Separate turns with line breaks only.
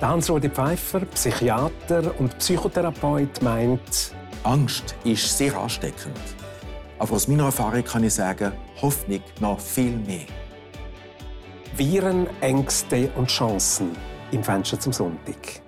Hans-Rudi Pfeiffer, Psychiater und Psychotherapeut, meint,
Angst ist sehr ansteckend. Aber aus meiner Erfahrung kann ich sagen, Hoffnung noch viel mehr.
Viren, Ängste und Chancen im Fenster zum Sonntag.